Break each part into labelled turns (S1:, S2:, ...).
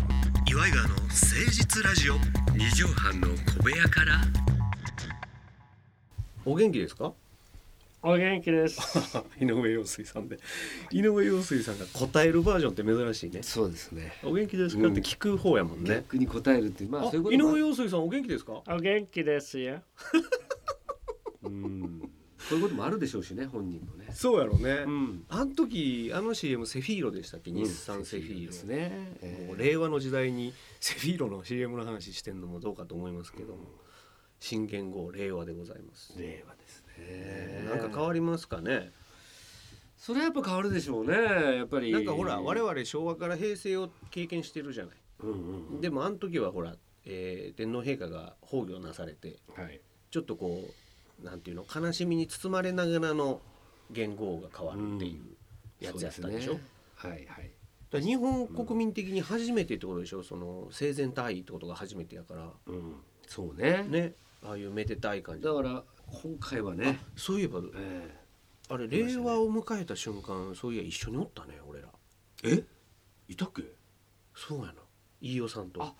S1: イガーの誠実ラジオ
S2: 二畳半の小部屋から
S1: お元気ですか
S3: お元気です。
S1: 井上陽水さんで井上陽水さんが答えるバージョンって珍しいね
S2: そうですね
S1: お元気ですかって聞く方やもんね、
S2: 逆に答えるっていうまあ
S1: あ
S2: そういうこと
S1: 井
S2: も
S1: 上陽水さんお元気ですか
S3: お元気ですよ。
S2: うんそういうこともあるでしょうしね本人もね
S1: そうやろね、
S2: ん
S1: あの時あの CM セフィーロでしたっけ日
S2: う
S1: 産
S2: ん
S1: セフィーロ、
S2: ですね、
S1: もう
S2: え
S1: 令和の時代にセフィーロの CM の話してんのもどうかと思いますけども新元号令和でございます
S2: ー、令和ですね
S1: なんか変わりますかね
S2: それはやっぱ変わるでしょうねやっぱり
S1: なんかほら我々昭和から平成を経験してるじゃない
S2: うんうんうん
S1: でもあの時はほら、えー天皇陛下が崩御なされて
S2: はい
S1: ちょっとこうなんていうの悲しみに包まれながらの元号が変わるっていうやつやったでしょ、
S2: そうすねはいはい
S1: だから日本国民的に初めてってことでしょ、その生前退位ってことが初めてやから
S2: うんそうね
S1: ねああいうめでたい感じ
S2: だから今回はね
S1: そういえば
S2: え
S1: あれ令和を迎えた瞬間そういや一緒におったね俺ら
S2: えいたっけ
S1: そうやな飯尾さんと
S2: あ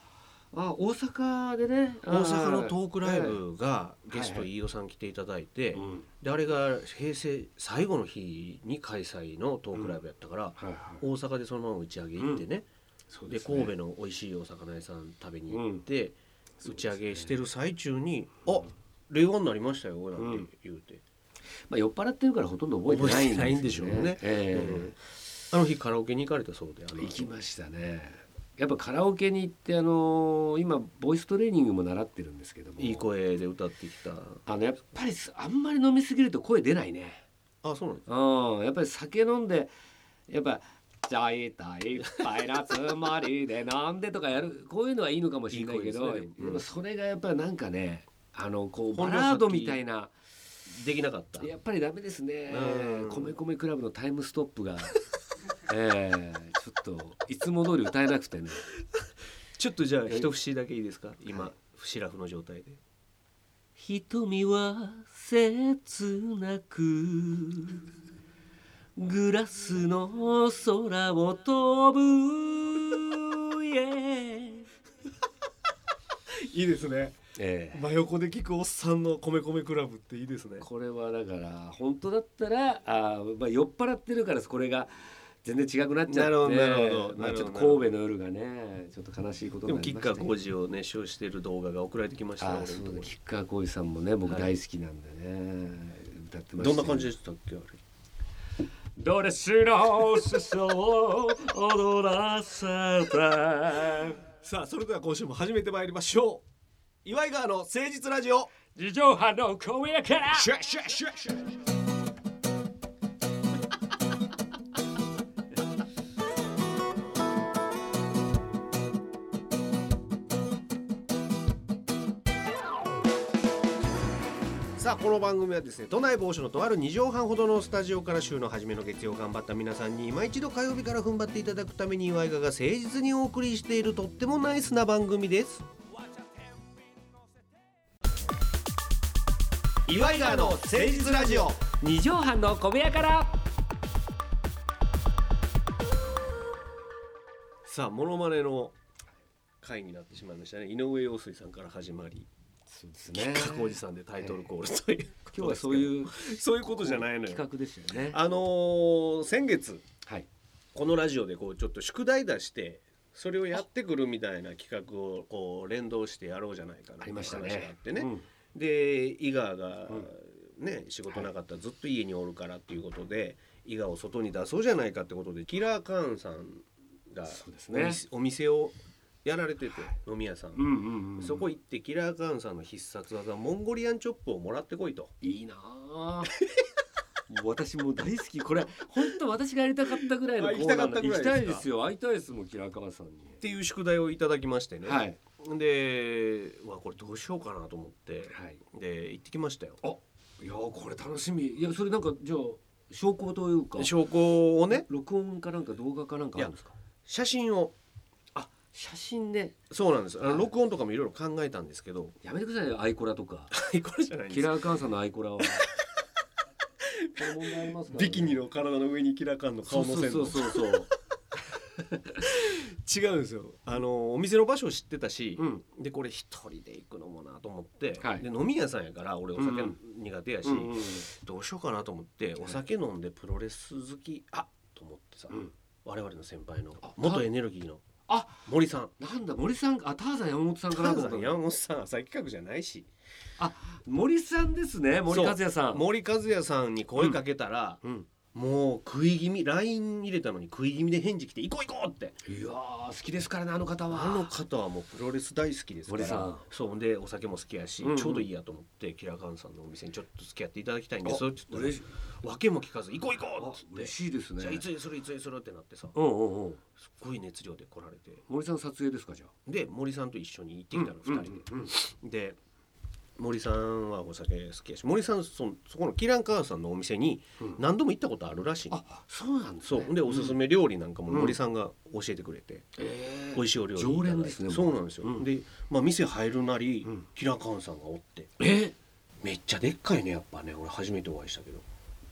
S2: あ大阪でね
S1: 大阪の
S2: 東
S1: トークライブが
S2: い
S1: ゲスト飯尾さん来ていただいて、
S2: うん
S1: であれが平成最後の日に開催のトークライブやったから、
S2: はいはい
S1: 大阪でそのまま打ち上げ行ってね、
S2: そう
S1: で
S2: ですね
S1: 神戸の美味しいお魚屋さん食べに行って、打ち上げしてる最中に「あ令和になりましたよ」なんて言うて、
S2: まあ酔っ払ってるからほとんど覚えてない
S1: 覚えてないんでしょうね
S2: ええ
S1: うんあの日カラオケに行かれたそうであの
S2: 行きましたねやっぱカラオケに行ってあのー今ボイストレーニングも習ってるんですけども
S1: いい声で歌ってきた
S2: あのやっぱりあんまり飲みすぎると声出ないね
S1: あそうなんです
S2: うんやっぱり酒飲んでやっぱ「じゃあいたいっぱいなつまりでなんで」とかやるこういうのはいいのかもしれないけ
S1: いい
S2: ど
S1: 声ですねうん
S2: でもそれがやっぱりなんかねあのこう
S1: ほん
S2: バ
S1: の先
S2: ラードみたいな
S1: できなかった
S2: やっぱりダメですね
S1: うん
S2: 米米クラブのタイムストップが ええちょっといつも通り歌えなくてね
S1: ちょっとじゃあ一節だけいいですか
S2: は
S1: 今シラフの状態で
S2: 瞳は切なくグラスの空を飛 ぶ、
S1: いいですね
S2: ええ
S1: 真横で聞くおっさんの米米クラブっていいですね
S2: これはだから本当だったらあー、まあ、酔っ払ってるからこれが全然違くなっちゃっ
S1: な
S2: て
S1: るほどなるほどな
S2: まあ、
S1: る
S2: ち
S1: ほ
S2: ょ
S1: ど
S2: っと神戸の夜がねちょっと悲しいこと
S1: で
S2: に
S1: も
S2: な
S1: 吉
S2: りました
S1: 川
S2: けど
S1: 浩司を熱唱している動画が送られてきました
S2: あ
S1: ね
S2: あ
S1: 俺
S2: そ
S1: のと
S2: う
S1: ころ
S2: だ吉川浩司さんもね僕
S1: はい
S2: 大好きなんでね、歌って
S1: に
S2: ました
S1: ど
S2: よ
S1: んな感じでしたっけあれ
S3: ドレスの裾を踊らせた。
S1: さあそれでは今週も始めてまいりましょう岩井川の誠実ラジオ
S3: 二畳半の小部屋から。
S1: シュッシュッシュッシュッさあこの番組はですね都内某所のとある2畳半ほどのスタジオから週の初めの月曜頑張った皆さんに今一度火曜日から踏ん張っていただくために岩井川が誠実にお送りしているとってもナイスな番組です岩井川の誠実ラジオ
S2: 二畳半の小部屋から
S1: さあモノマネの回になってしまいましたね井上陽水さんから始まり
S2: そうです
S1: 吉
S2: ね
S1: 川浩司さんでタイトルコールということですけど、
S2: 今日はそういう
S1: そういうことじゃないのよ
S2: 企画ですよね
S1: あのー先月
S2: はい
S1: このラジオでこうちょっと宿題出してそれをやってくるみたいな企画をこう連動してやろうじゃないかな
S2: ありましたね
S1: って話があってね、
S2: うん
S1: で伊賀がね、仕事なかったらずっと家におるからっていうことで伊賀を外に出そうじゃないかってことでキラーカーンさんが
S2: そうです
S1: お
S2: ね
S1: 店,、お店をやられてて、飲み屋さん、
S2: うんうんうん
S1: そこ行ってキラーカーンさんの必殺技モンゴリアンチョップをもらってこいと
S2: いいな あ私もう大好きこれ本当私がやりたかったぐらいの
S1: あ
S2: コーナ
S1: 行きた
S2: ーな
S1: かったぐらいですか
S2: 行きたいですよ会いたいですもんキラカワさんに
S1: っていう宿題をいただきましてね、
S2: はい
S1: でうわこれどうしようかなと思って、
S2: はい
S1: で行ってきましたよ
S2: あいやあこれ楽しみいやそれなんかじゃあ証拠というか
S1: 証拠をね
S2: 録音かなんか動画かなんかあるんですか
S1: 写真を
S2: あ写真で
S1: そうなんですあの
S2: はい
S1: 録音とかもいろいろ考えたんですけど
S2: やめてくださいよアイコラとか
S1: これじゃないんです
S2: キラーカンさんのアイコ ラはこれ問題ありますからね
S1: ビキニの体の上にキラカンの顔
S2: そう
S1: の
S2: そう
S1: せん
S2: そ
S1: の
S2: うそうそう
S1: 違うんですよあのお店の場所を知ってたし、
S2: うん
S1: でこれ一人で行くのもなと思って、
S2: はい
S1: で飲み屋さんやから俺お酒
S2: うん
S1: 苦手やし、
S2: うんうん
S1: どうしようかなと思ってお酒飲んでプロレス好きあと思ってさ、
S2: うん
S1: 我々の先輩の
S2: あ
S1: 元エネルギーの
S2: あ
S1: 森さん
S2: なんだ森さんあターザン山本さんかなと思った
S1: 山本さん朝企画じゃないし
S2: 森さんですね森和也さん
S1: 森和也さんに声かけたら、
S2: うん、
S1: もう食い気味 LINE 入れたのに食い気味で返事来て「行こう行こう!」って
S2: いやー好きですからねあの方は
S1: あの方はもうプロレス大好きですか
S2: 森さん
S1: らそうほんでお酒も好きやし、
S2: うんうん
S1: ちょうどいいやと思ってキラカンさんのお店にちょっと付き合っていただきたいんで
S2: あ
S1: すって言っ
S2: 嬉した
S1: ら訳も聞かず「行こう行
S2: あ
S1: こう!」っつって
S2: 嬉しいですね
S1: じゃあいつにするいつにするってなってさ
S2: うんうんうん
S1: すっごい熱量で来られて
S2: 森さん撮影ですかじゃあ
S1: で森さんと一緒に行ってきたの、二人で。
S2: うんうんうん
S1: で森さんはお酒好きやし森さんそそこのキランカーさんのお店に
S2: うん
S1: 何度も行ったことあるらしい、
S2: あそうなんです
S1: そ
S2: ね
S1: うでおすすめ料理なんかも
S2: うん
S1: 森さんが教えてくれて、
S2: えー
S1: 美味しいお料理いただい
S2: 常
S1: て
S2: 連ですね
S1: そうなんですよ、
S2: うん
S1: で、まあ、店入るなり、
S2: うん
S1: キラカンさんがおって
S2: え
S1: めっちゃでっかいねやっぱね俺初めてお会いしたけど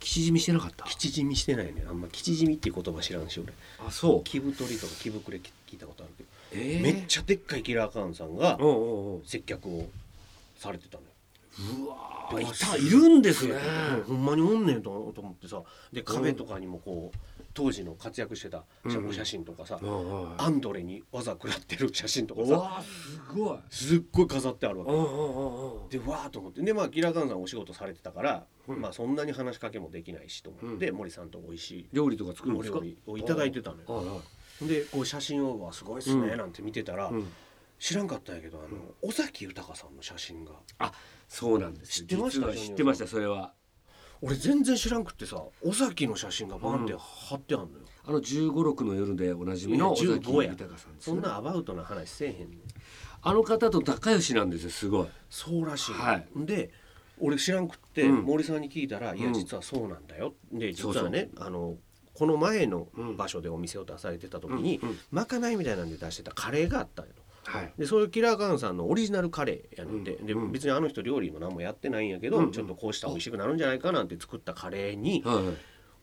S2: 吉地見してなかった
S1: 吉染みしてないねあんま吉染みっていう言葉知らんし俺
S2: あそう
S1: 木太りとか木膨れ聞いたことあるけど、
S2: えー
S1: めっちゃでっかいキラカンさんが
S2: うんうんうん
S1: 接客をされてたのよ
S2: うわ
S1: で
S2: ーい
S1: も
S2: たいるんですね
S1: うんほんまにおんねんとと思ってさで壁とかにもこう当時の活躍してた
S2: うん
S1: お写真とかさ、
S2: うんうんうん
S1: アンドレに技食らってる写真とか
S2: う
S1: さ
S2: わーすごい
S1: すっごい飾ってあるわ
S2: う
S1: け。
S2: んうんうんうん
S1: でわーっと思ってでまあキラカンさんお仕事されてたから、
S2: うん
S1: まあそんなに話しかけもできないしと思って、
S2: う
S1: 森さんと美味しい
S2: 料理とか作るん
S1: お
S2: ですか
S1: 料理をいただいてたのよ。
S2: はいはい
S1: でこう写真を「わすごいっすね」
S2: うん
S1: なんて見てたら、
S2: うん
S1: 知らんかったんやけどあの尾崎豊さんの写真が
S2: あそうなんですよ
S1: 知ってました
S2: 実は知ってましたそれは
S1: 俺全然知らんくってさ尾崎の写真がバンって貼ってあんのよ。
S2: あの1 5六の夜でおなじみの尾
S1: いや
S2: 崎
S1: 15や
S2: 豊さんです
S1: そん
S2: ね
S1: なアバウトな話せえへんねん
S2: あの方と仲良しなんですよすごい
S1: そうらしい、
S2: はい
S1: で俺知らんくって、
S2: うん
S1: 森さんに聞いたら「いや
S2: うん
S1: 実はそうなんだよ」で実
S2: そうそう
S1: はねあのこの前の場所でお店を出されてた時に、
S2: うんうん
S1: まかないみたいなんで出してたカレーがあったのよ
S2: はい
S1: でそういうキラーカンさんのオリジナルカレーやねんで,、
S2: うん
S1: で
S2: うん
S1: 別にあの人料理も何もやってないんやけど、
S2: うんうん
S1: ちょっとこうしたら美味しくなるんじゃないかなんて作ったカレーに
S2: はいはい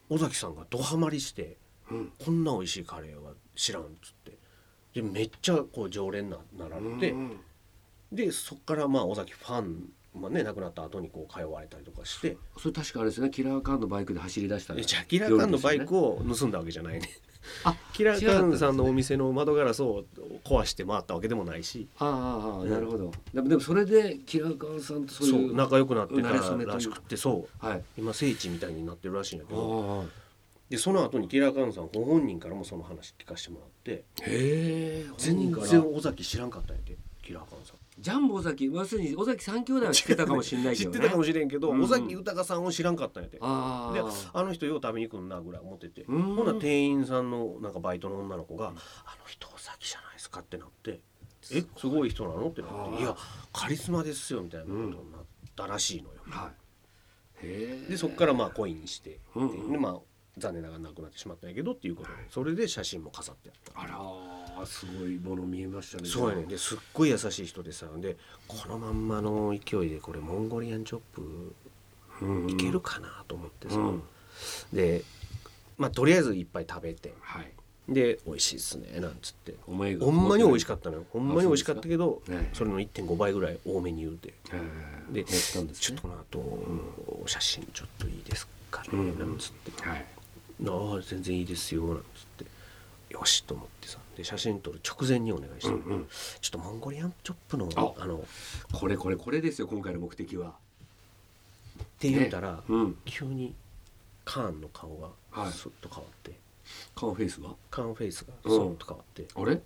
S1: 尾崎さんがドハマりして
S2: うん
S1: 「こんな美味しいカレーは知らん」っつってでめっちゃこう常連ななられて。
S2: うん
S1: でそこからまあ尾崎ファン、まあね、亡くなった後にこう通われたりとかして
S2: それ確かあれですねキラーカーンのバイクで走り出した
S1: えじゃあキラーカンのバイクを盗んだわけじゃ ないね
S2: あ
S1: キラーカンさんのお店の窓ガラスを壊して回ったわけでもないし
S2: ああああなるほどでもでもそれでキラーカーンさんとそう
S1: そ
S2: いう
S1: う仲良くなってた
S2: 馴れ初めというから
S1: しくってそう
S2: はい
S1: 今聖地みたいになってるらしいんだけ
S2: あ
S1: ど
S2: あ
S1: でその後にキラーカンさんご本人からもその話聞かせてもらって
S2: へえ
S1: 全
S2: 全
S1: 然
S2: 然
S1: 尾崎知らんかったんやてキラーカンさん。
S2: ジャンボ尾崎要するに尾崎三兄弟は知ってたかもしれないけ
S1: 知っ
S2: どね
S1: てたかもしれんけど
S2: うんうん
S1: 尾崎豊さんを知らんかったんやて。
S2: あ
S1: で
S2: あ
S1: あの人よう食べに来るなぐらい思ってて
S2: う
S1: ほん
S2: ん
S1: なら店員さんのなんかバイトの女の子が「あの人お先じゃないですか」ってなって「えすごい人なの?」ってなっ
S2: あー
S1: て「いやカリスマですよ」みたいなことになったらしいのよ。
S2: はいへえ
S1: でそこからまあ恋にしてって
S2: うん
S1: いうねまあ残念ながらなくなってしまったんやけどっていうことでそれで写真も飾ってあった。
S2: あらーすごいもの見えましたね
S1: そうやねんですっごい優しい人でさでこのまんまの勢いでこれモンゴリアンチョップ
S2: うん
S1: いけるかなと思ってさ、
S2: うん
S1: でまあとりあえずいっぱい食べて
S2: はい
S1: で美味しいっすねなんつって
S2: お前が
S1: ほんまに美味し
S2: っ
S1: かったのよほんまに美味しかったけど
S2: そうですか
S1: それの1.5倍ぐらい多めに言うて
S2: た
S1: で
S2: でやったんです
S1: ちょっ
S2: ね
S1: とこの後お写真ちょっといいですか
S2: う
S1: ね
S2: ん
S1: なんつって
S2: はい
S1: ああ全然いいですよなんつってよしと思ってさで写真撮る直前にお願いしたの
S2: うんうん
S1: ちょっとモンゴリアンチョップの
S2: あ
S1: あのっ
S2: これこれこれですよ今回の目的は
S1: て言うたら
S2: うん
S1: 急にカーンの顔
S2: は
S1: が
S2: い
S1: スッと変わって
S2: カンフェイスが
S1: カーンフェイスがス
S2: うん
S1: ッと変わって
S2: あれ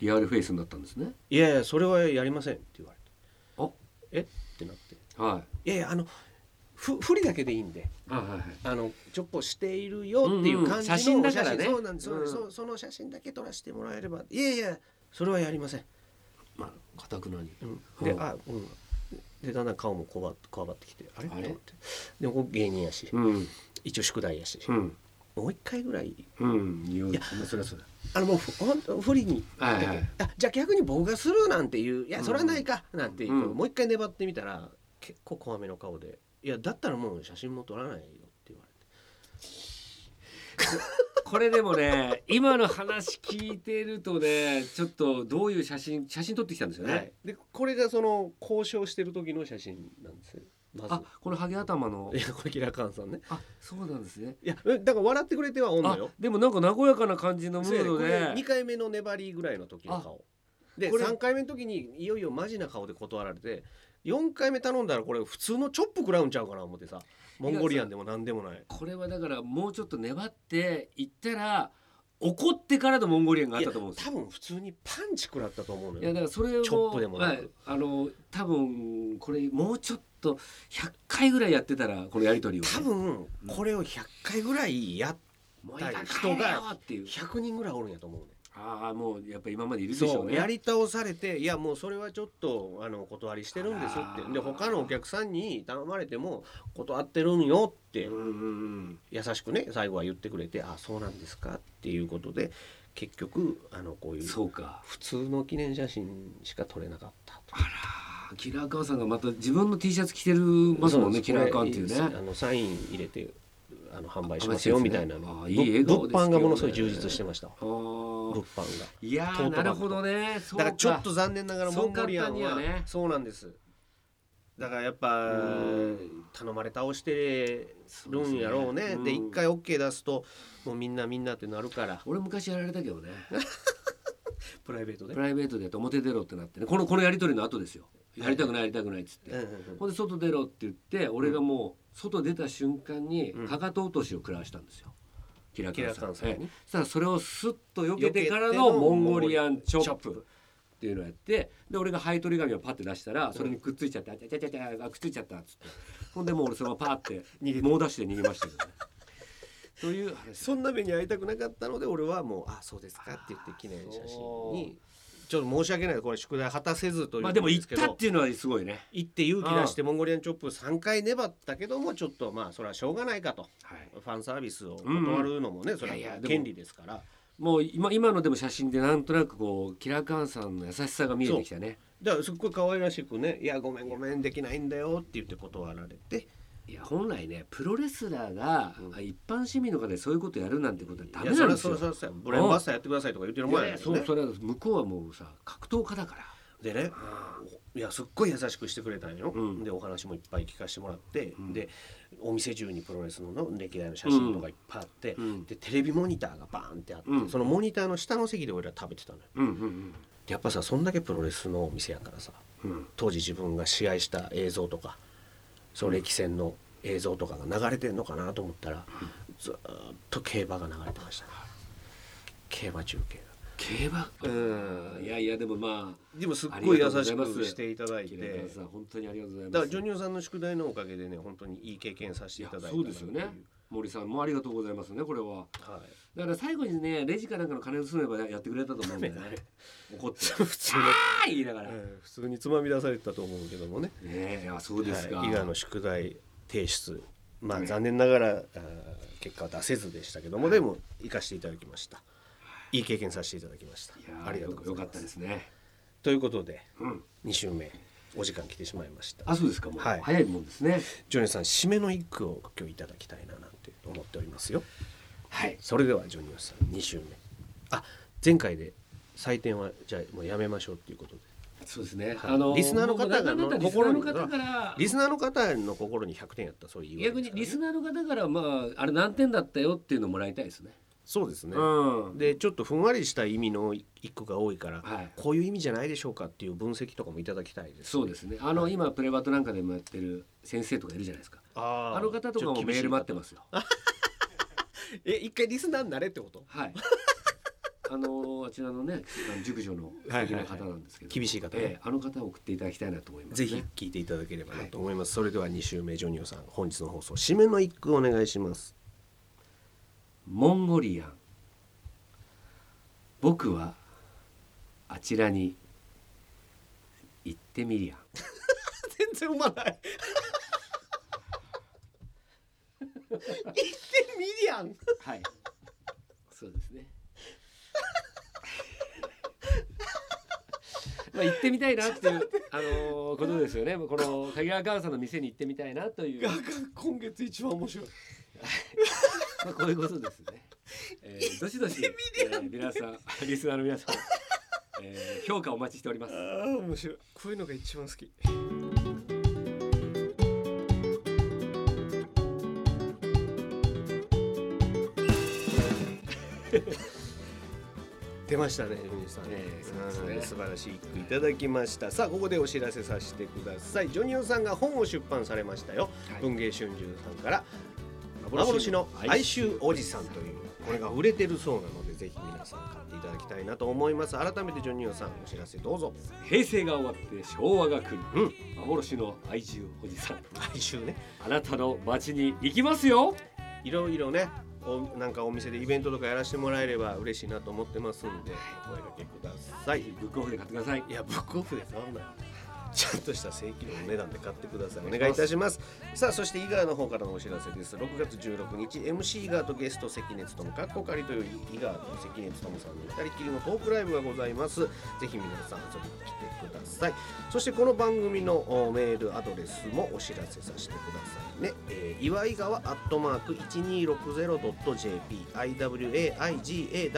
S2: リアルフェイスになったんですね
S1: 「いやいやそれはやりません」って言われて
S2: あ
S1: 「えっ?」てなって
S2: はい
S1: やいやあのふ振りだけでいいんで
S2: いはいはい
S1: あのチョップをしているよっていう感じの、
S2: うんうん写真だからね
S1: そうなんです、そうなんです
S2: うん
S1: そその写真だけ撮らせてもらえればいやいやそれはやりません、
S2: まあかたくなに
S1: うんで
S2: うん
S1: あうんでだんだん顔もこわこわばってきてあれ
S2: あれ
S1: と思ってでもこう芸人やし、
S2: うん
S1: 一応宿題やし、
S2: うん
S1: もう一回ぐらい
S2: うん匂い
S1: いや
S2: まあそれはそうだ
S1: あのもうふほんと不利に、
S2: はいはい
S1: あじゃあ逆に僕がするなんていういやそれはないかなんていう、
S2: うん
S1: もう一回粘ってみたら結構怖めの顔で「いやだったらもう写真も撮らないよ」って言われて。
S2: これでもね今の話聞いてるとねちょっとどういう写真写真撮ってきたんですよね、
S1: はい、でこれがその交渉してる時の写真なんですよまず
S2: あこのハゲ頭の
S1: いやこれキラカンさんね
S2: あそうなんですね
S1: いやえだから笑ってくれてはおんの
S2: あ
S1: よ
S2: でもなんか和やかな感じのム
S1: そうや
S2: ー
S1: ね
S2: ド
S1: これ
S2: で
S1: 2回目の粘りぐらいの時の顔で
S2: これ
S1: 3回目の時にいよいよマジな顔で断られて4回目頼んだらこれ普通のチョップ食らうんちゃうかな思ってさモンゴリアンでも何でもない
S2: これはだからもうちょっと粘っていったら怒ってからのモンゴリアンがあったと思うんですよ
S1: 多分普通にパンチ食らったと思うの
S2: いや
S1: よ
S2: だからそれを
S1: チョップでもな
S2: は
S1: く
S2: い、あの多分これもうちょっと100回ぐらいやってたらこのやり取りをね、
S1: 多分これを100回ぐらいやっ
S2: もういいから
S1: 人が
S2: 帰れよっていう
S1: 100人ぐらいおるんやと思うね
S2: ああもうやっぱ今までいるでしょ
S1: そうう
S2: ね
S1: やり倒されて「いやもうそれはちょっとあのお断りしてるんですよ」
S2: あ
S1: っ
S2: ら
S1: てで他のお客さんに頼まれても「断ってるんよ」って
S2: うんうん
S1: 優しくね最後は言ってくれて「あそうなんですか」っていうことで結局あのこう
S2: う
S1: い
S2: ん
S1: う
S2: そうか
S1: 普通の記念写真しか撮れなかったと。
S2: あキラーカンさんがまた自分の T シャツ着てるますもんねキラーカンっていうね
S1: これあのサイン入れてあの販売します
S2: あ
S1: よ
S2: 販売
S1: み
S2: し
S1: た
S2: てる
S1: い
S2: ん
S1: な
S2: ですね
S1: の
S2: あーいい笑顔です
S1: 物販
S2: けどね
S1: がものすごい充実してました
S2: あー
S1: 物販が
S2: いや
S1: トー
S2: ー
S1: トバ
S2: な
S1: ッグ
S2: るほどねそう
S1: だか
S2: か
S1: らちょっと残念ながら
S2: そ
S1: モ
S2: う
S1: ンゴリアン
S2: 簡
S1: は
S2: 単にはね
S1: そうなんですだからやっぱ
S2: うん
S1: 頼まれ倒してるんやろうねで
S2: そうですねうん
S1: 一回 OK 出すともうみんなみんなってなるから
S2: 俺昔やられたけどね
S1: プライベートで
S2: プライベートでやって表出ろってなってねこのこのやり取りの後ですよやりたくないやりたくないっつって、
S1: うんうんうん
S2: ほんで外出ろって言って俺がもう外出た瞬間に
S1: うん
S2: かかと落としを食らわしたんですよキラキラさん
S1: キラキラさんに
S2: ええそしたらそれをスッと避けてから
S1: 避
S2: の
S1: けての
S2: モンゴリアンチョッ
S1: チョッ
S2: プっていうのをやってで俺がハイ取り紙をパッて出したらそれにくっついちゃって「あちゃちゃちゃちゃあくっついちゃった」っつってほんでもう俺そのままパー
S1: 逃げ
S2: って猛ダッシュで逃げましたけどね。という話
S1: そんな目に遭いたくなかったので俺はもう「あそうですか」って言って記念写真にちょっと申し訳ないこれ宿題果たせずという
S2: まあでも
S1: こと
S2: 行っ
S1: すけど
S2: たっていうのはすごいね。
S1: 行って勇気出してモンゴリアンチョップ3回粘ったけどもちょっとまあそれはしょうがないかと
S2: はい、
S1: ファンサービスを断るのもねそれ
S2: いやい
S1: は
S2: やでも
S1: 権利ですから
S2: もう今今のでも写真でなんとなくこうキラカンさんの優しさが見えてきたね。
S1: だからすっごい可愛らしくね「いやごめんごめんできないんだよ」って言って断られて
S2: いや本来ねプロレスラーが、一般市民の方でそういうことやるなんてことはダ
S1: い
S2: メ
S1: やそ
S2: な
S1: れ
S2: ん
S1: は
S2: です
S1: そ
S2: よ
S1: れ。はそれはブレーンバスターやってくださいとか言ってる
S2: い
S1: 前
S2: やい
S1: や
S2: や
S1: け
S2: そ
S1: ど
S2: う
S1: ね
S2: それは向こうはもうさ格闘家だから。
S1: でねいやすっごい優しくしてくれたんよ、
S2: うん
S1: でお話もいっぱい聞かせてもらって、
S2: ん
S1: でお店中にプロレスのの歴代の写真とかいっぱいあって、
S2: うん
S1: でテレビモニターがバーンってあって、
S2: うん
S1: そのモニターの下の席で俺ら食べてたのよ
S2: うんうん
S1: やっぱさそんだけプロレスのお店やからさ
S2: うんうん。
S1: 当時自分が試合した映像とかその歴戦の映像とかが流れてんのかなと思ったら、ずーっと競馬が流れてましたね競馬中継が
S2: 競馬。うんいやいやでもまあ
S1: でもすっ
S2: あり
S1: ごい
S2: が
S1: 優
S2: とうござ
S1: し
S2: ます
S1: くしていただい
S2: キ
S1: て
S2: ラカンさん本当にありがとうございます。
S1: だからジョニオさんの宿題のおかげでね本当にいい経験させていただいた
S2: いや
S1: な
S2: そうですよね。森さんもありがとうございますねこれは。
S1: は
S2: だから最後にねレジかなんかの金盗めばやってくれたと思うんだよね。怒って。
S1: い 普通の、
S2: ああ言いながら。ね
S1: えー普通につまみ出されてたと思うけどもね
S2: えいやそうですか。
S1: はい伊賀の宿題提出まあ残念ながら、あー結果は出せずでしたけども、でも生かしていただきましたいい経験させていただきました
S2: いやー
S1: ありがとうござい
S2: よか
S1: ま
S2: っ
S1: す
S2: たですね。
S1: ということで
S2: うん。
S1: 2週目お時間来てしまいました
S2: あそうですかもう、
S1: はい
S2: 早いもんですね。
S1: ジョニオさん締めの一句を今日いただきたいななんて思っておりますよ
S2: はい。
S1: それではジョニオさん2週目あ前回で採点はじゃあもうやめましょうっていうことで
S2: そうですね。
S1: はいリスナーの方が
S2: もうなんだかんだリスナ
S1: 心
S2: ー
S1: に
S2: の方から
S1: リスナーの方の心に100点やったらそれ言う
S2: 逆にリスナーの方からまああれ何点だったよっていうのもらいたいですね。
S1: そうですね、
S2: うん。
S1: でちょっとふんわりした意味の一句が多いから、
S2: はい
S1: こういう意味じゃないでしょうかっていう分析とかもいただきたいです
S2: そうですね。あの、今プレバトなんかでもやってる先生とかいるじゃないですか。
S1: あー
S2: あの方とかもメール待ってますよ。
S1: ちょっと厳しいえ一回リスナーになれってこと
S2: はい。あのあちらのね、あの塾女の素敵な方なんですけど、
S1: 厳しい方ね
S2: ええあの方を送っていただきたいなと思います、
S1: ぜ
S2: ね。
S1: ひ聞いていただければなと思います、それでは2週目ジョニオさん本日の放送締めの一句お願いします
S2: モンゴリアン僕はあちらに行ってみりゃ
S1: 全然うまない 言ってみり ゃん
S2: はいそうですね まあ行ってみたいなっていうあのーことですよねこの鍵川川さんの店に行ってみたいなという、ま
S1: 今月一番面白い
S2: あ、こういうことですね、えーどしどし、えー皆さんリスナーの皆さん、えー評価お待ちしております
S4: あー面白いこういうのが一番好 き
S1: 出ましたね、ジョニーさん。
S2: ええそうですね
S1: うん素晴らしい一句いただきました。さあ、ここでお知らせさせてください。ジョニオさんが本を出版されましたよ。
S2: はい
S1: 文芸春秋さんから。幻の哀愁おじさんというこれが売れてるそうなのでぜひ皆さん買っていただきたいなと思います改めてジョニオさんお知らせどうぞ
S2: 平成が終わって昭和が来る、
S1: うん
S2: 幻の愛獣おじさん
S1: 哀愁ね
S2: あなたの街に行きますよ
S1: いろいろねおなんかお店でイベントとかやらせてもらえれば嬉しいなと思ってますんでお声掛けください
S2: ブックオフで買ってください
S1: いやブックオフで買うなよちゃんとした正規のお値段で買ってくださいお願いいたしますさあそして井川の方からのお知らせです6月16日 MC 井川とゲスト関根勤かっこかりという井川と関根勤さんの二人きりのトークライブがございますぜひ皆さん遊びに来てくださいそしてこの番組のおメールアドレスもお知らせさせてくださいね、えー、岩井川アットマーク 1260.jp iwaigawa アッ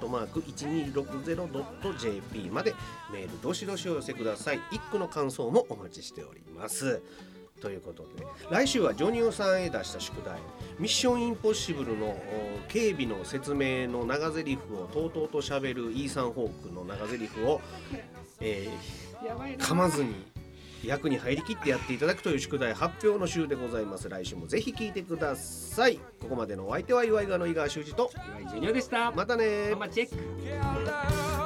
S1: トマーク 1260.jp までメールどしどしお寄せください一句の感想もお待ちしておりますということで来週はジョニオさんへ出した宿題「ミッションインポッシブルの」お警備の説明の長ゼリフをとうとうとしゃべるイーサン・ホークの長ゼリフを、えー噛まずに役に入りきってやっていただくという宿題発表の週でございます来週もぜひ聞いてくださいここまでのお相手は岩井川の井川修司と
S2: 岩井ジュニアでした
S1: またね
S2: ママチェック
S3: Yeah, love.